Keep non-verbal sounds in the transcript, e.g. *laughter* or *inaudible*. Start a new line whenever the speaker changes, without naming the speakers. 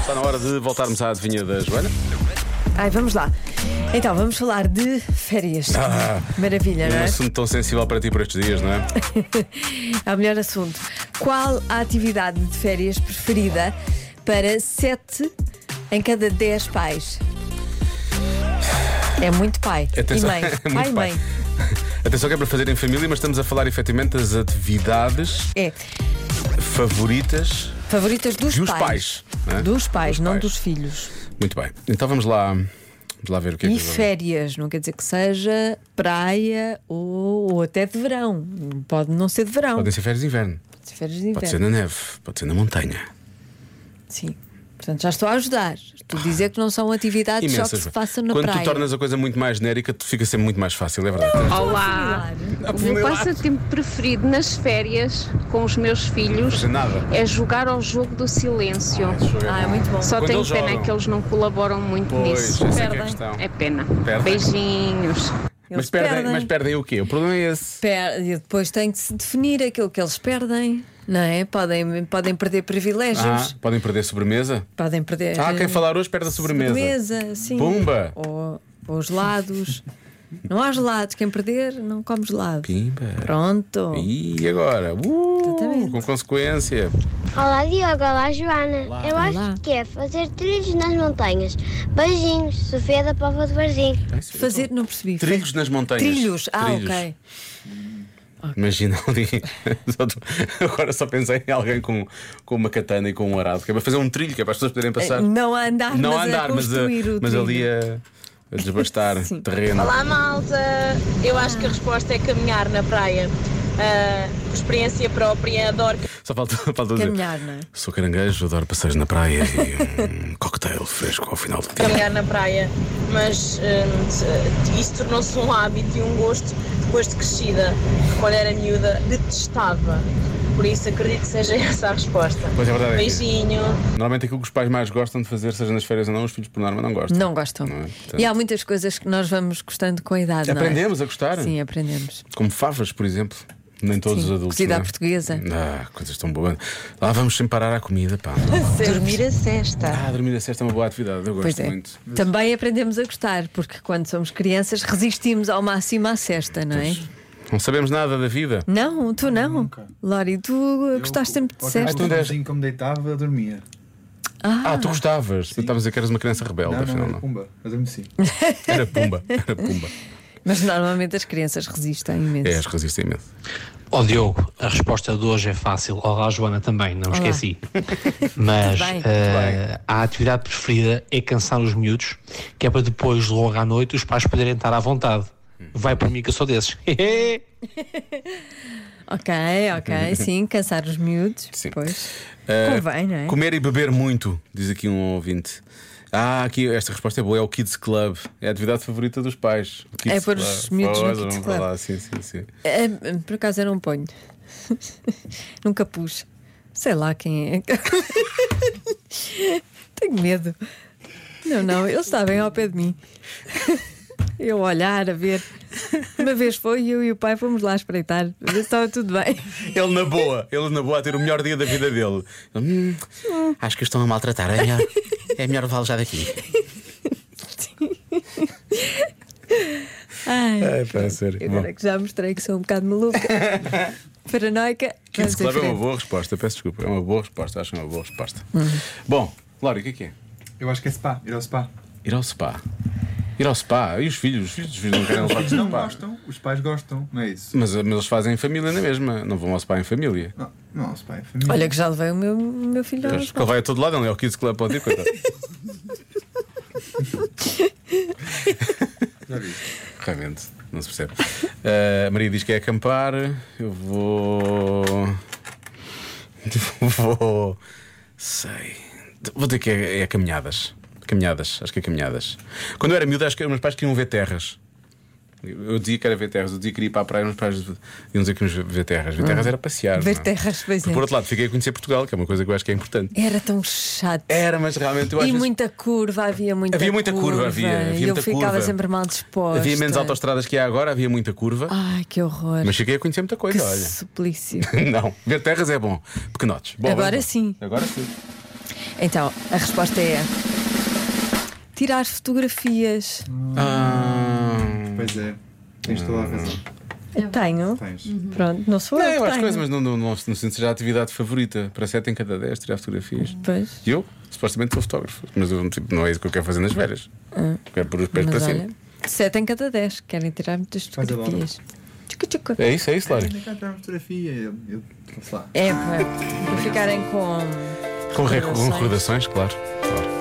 Está na hora de voltarmos à adivinha da Joana.
Ai, vamos lá. Então, vamos falar de férias. Maravilha, não
É um
é?
assunto tão sensível para ti por estes dias, não é?
É o melhor assunto. Qual a atividade de férias preferida para 7 em cada 10 pais? É muito pai
Atenção,
e
*laughs*
mãe.
é muito
pai e
pai.
mãe.
Atenção que é para fazer em família, mas estamos a falar efetivamente das atividades
É.
favoritas
Favoritas dos
dos
pais.
pais. não é?
Dos pais, não
pais.
dos filhos.
Muito bem. Então vamos lá, vamos lá ver o que é
E
que eu vou-
férias, não quer dizer que seja praia ou, ou até de verão. Pode não ser de verão.
Podem ser férias de inverno,
Pode ser férias de
pode
inverno.
ser na neve, pode ser na montanha.
Sim. Portanto, já estou a ajudar. Estou a dizer que não são atividades só que
Imensas.
se façam na
Quando
praia.
tu tornas a coisa muito mais genérica, tu fica sempre muito mais fácil, é verdade.
Olá!
Não,
O meu
lá.
passatempo preferido nas férias com os meus filhos
fazer nada.
é jogar ao jogo do silêncio.
Ah, é muito bom.
Só
Quando
tenho
eles
pena
jogam.
que eles não colaboram muito
Pois, essa
nisso.
é que é a
Perdem.
questão.
É pena.
Perdem.
Beijinhos.
Eles
Mas perdem,
perdem.
mas perdem o quê? O problema é esse.
Per- e Depois tem que se definir aquilo que eles perdem, não é? Podem, podem perder privilégios,
Ah, podem perder sobremesa?
podem perder.
Ah,
eh,
quem falar hoje perde a sobremesa.
sobremesa, sim.
Pumba.
Ou, ou gelados. não há gelados, quem perder não come gelado.
Pimba.
Pronto.
E agora? Uh,
Exatamente.
com consequência.
Olá Diogo, olá Joana. Eu acho
Olá.
que é fazer trilhos nas montanhas. Beijinhos, Sofia da Pova de Varzim.
Fazer, não percebi.
então. Trilhos nas montanhas.
Trilhos, ah,
Trilhos.
ok.
Imagina ali. *laughs* Só tu- Agora só pensei em alguém com, com uma katana e com um arado, que é para fazer um trilho, que é para as pessoas poderem passar.
Eh, Não a andar,
Não
mas
andar,
a
mas, a-
construir o
mas
trilho.
ali a, a desbastar
*laughs* Sim.
terreno.
Olá, malta! Eu acho que a resposta é caminhar na praia. Ah, por experiência própria, adoro
Só falta, falta dizer.
Caminhar, não é?
Sou caranguejo, adoro passeios na praia e um *laughs* cocktail fresco ao final do dia.
caminhar na praia, mas ah, isso tornou-se um hábito e um gosto depois de crescida, que quando era miúda detestava. Por isso acredito que seja *laughs* essa a resposta.
Pois é verdade, é que-
Beijinho!
Normalmente aquilo que os pais mais gostam de fazer, seja nas férias ou não, os filhos por norma não gostam.
Não gostam.
Não é?
E há muitas coisas que nós vamos gostando com a idade,
Aprendemos a
não é?
gostar.
Sim, aprendemos.
Como favas, por exemplo. Nem todos
Sim,
os adultos.
cozida
não
à
é?
portuguesa.
Ah, coisas tão boas. Lá vamos sem parar à comida, pá.
Dormir a cesta.
Ah, dormir a cesta é uma boa atividade, eu gosto
é. Pois é.
muito.
Também aprendemos a gostar, porque quando somos crianças resistimos ao máximo à cesta, não é?
Não sabemos nada da vida.
Não, tu não. Lori, tu gostaste sempre de
Ah, tu
cesta.
ainda és-
Assim como deitava, eu dormia.
Ah, tu gostavas. Tu estavas a dizer que eras uma criança rebelde,
Não, não,
afinal
era
não.
pumba. Mas adormeci.
Era pumba, era pumba.
Mas normalmente as crianças resistem
É, as
imenso.
resistem
*laughs*
imenso.
Ó Diogo, a resposta de hoje é fácil. Olá, Joana, também, não
Olá. *laughs*
esqueci. Mas
Tudo bem.
eh, a atividade preferida é cansar os miúdos, que é para depois, logo à noite, os pais poderem estar à vontade.
Hum.
Vai por mim que eu sou desses. *laughs*
Ok,
*laughs*
ok, sim, cansar os miúdos.
É. Sim.
Pois.
Ah,
Convém, não é?
Comer e beber muito, diz aqui um ouvinte. Ah, aqui esta resposta é boa, é o Kids Club. É a atividade favorita dos pais. O Kids
É pôr os
Club.
miúdos no
Pois,
Kids
vamos
Club.
lá, Sim, sim, sim.
É, por acaso eu não ponho. *laughs* Nunca pus. Sei lá quem é. *laughs* Tenho medo. Não, não, eles está bem ao pé de mim. *laughs* Eu a olhar, a ver. Uma vez foi, eu e o pai fomos lá espreitar, a ver se estava tudo bem.
Ele na boa, ele na boa a ter o melhor dia da vida dele. Ele, "Hum, acho que os estão a maltratar, é melhor, é melhor levá-lo já daqui.
Ai,
*laughs* É, pá, sério.
eu agora que já mostrei que sou um bocado maluca, paranoica.
Kids
vamos em
Club é uma
frente.
boa resposta, peço desculpa, é uma boa resposta, acho que é uma boa resposta. Bom, Laura, o que é que é?
Eu acho que é spa, ir ao spa.
Ir ao spa. Ir ao spa. E os filhos? Os filhos, os filhos não querem levar
Eles não gostam, os pais gostam, não é isso?
Mas, mas eles fazem em família na mesma, não vão ao spa em família.
Não, não, o spa é família.
Olha, que já levei o meu, o meu filho ao
Acho que ele vai a todo lado, não é ao Kids Club, pode ir, coitado.
Já vi.
Realmente, não se percebe. Eh, a Maria diz que é acampar. Eu vou. *laughs* Vou. Sei. Vou dizer que é, é caminhadas. Caminhadas, acho que é caminhadas. Quando eu era miúdo, acho que os meus pais queriam ver terras. Eu eu dizia que era ver terras, eu dizia que queria ir para a praia, mas os meus pais iam dizer que íamos ver terras. Ver terras era passear.
Ah. Ver
não é?
terras, pois é.
Por outro lado, fiquei a conhecer Portugal, que é uma coisa que eu acho que é importante.
Era tão chato.
Era, mas realmente eu
E
acho
muita curva, havia muita
Havia muita curva, havia- havia
e eu
muita
ficava
curva.
sempre mal disposta.
Havia menos autostradas que há agora, havia muita curva,
Ai, que horror.
mas cheguei a conhecer muita coisa,
Ah, que
olha.
suplício.
*laughs* Não, ver terras é bom. Pequenotes. Bom,
Agora
vamos lá.
sim.
Agora sim.
Então, a resposta é. Tirar fotografias.
Pois é, tens toda a razão.
Tenho.
Tens.
Pronto, não sou
Não,
eu.
eu
que
acho
tenho.
coisas, mas não, não, não, não sinto seja a atividade favorita. Para 7 em cada 10, tirar fotografias.
Pois.
E eu, supostamente, sou fotógrafo. Mas eu, tipo, não é isso que eu quero fazer nas férias. É Quero pôr os pés
Ah. Mas
para
olha,
cima.
7 em cada 10 querem tirar muitas
Faz a bola.
fotografias. Tchucu, tchucu.
É isso, é isso, Lória.
Vem cá tirar uma fotografia. Eu, eu, sei lá.
É, para para ficarem com.
Com, re- com recordações, claro. claro.